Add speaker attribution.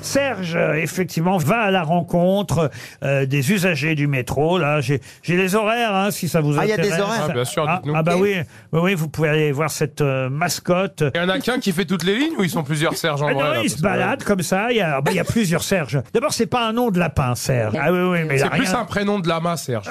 Speaker 1: Serge, euh, effectivement, va à la rencontre euh, des usagers du métro. Là, j'ai j'ai les horaires, hein, si ça vous
Speaker 2: Ah, il y a
Speaker 1: intéresse.
Speaker 2: des horaires.
Speaker 3: Ah, bien sûr,
Speaker 1: Ah,
Speaker 3: dites-nous.
Speaker 1: ah, bah oui, oui, oui, vous pouvez aller voir cette euh, mascotte.
Speaker 3: Il y en a qu'un qui fait toutes les lignes ou ils sont plusieurs Serge en
Speaker 1: Ah non,
Speaker 3: vrai là,
Speaker 1: il
Speaker 3: parce
Speaker 1: se
Speaker 3: que-
Speaker 1: balade comme ça. Il y a, bah, il y a plusieurs Serge. D'abord, c'est pas un nom de lapin, Serge. Ah oui, oui, mais il a
Speaker 3: C'est
Speaker 1: rien.
Speaker 3: plus un prénom de lama, Serge.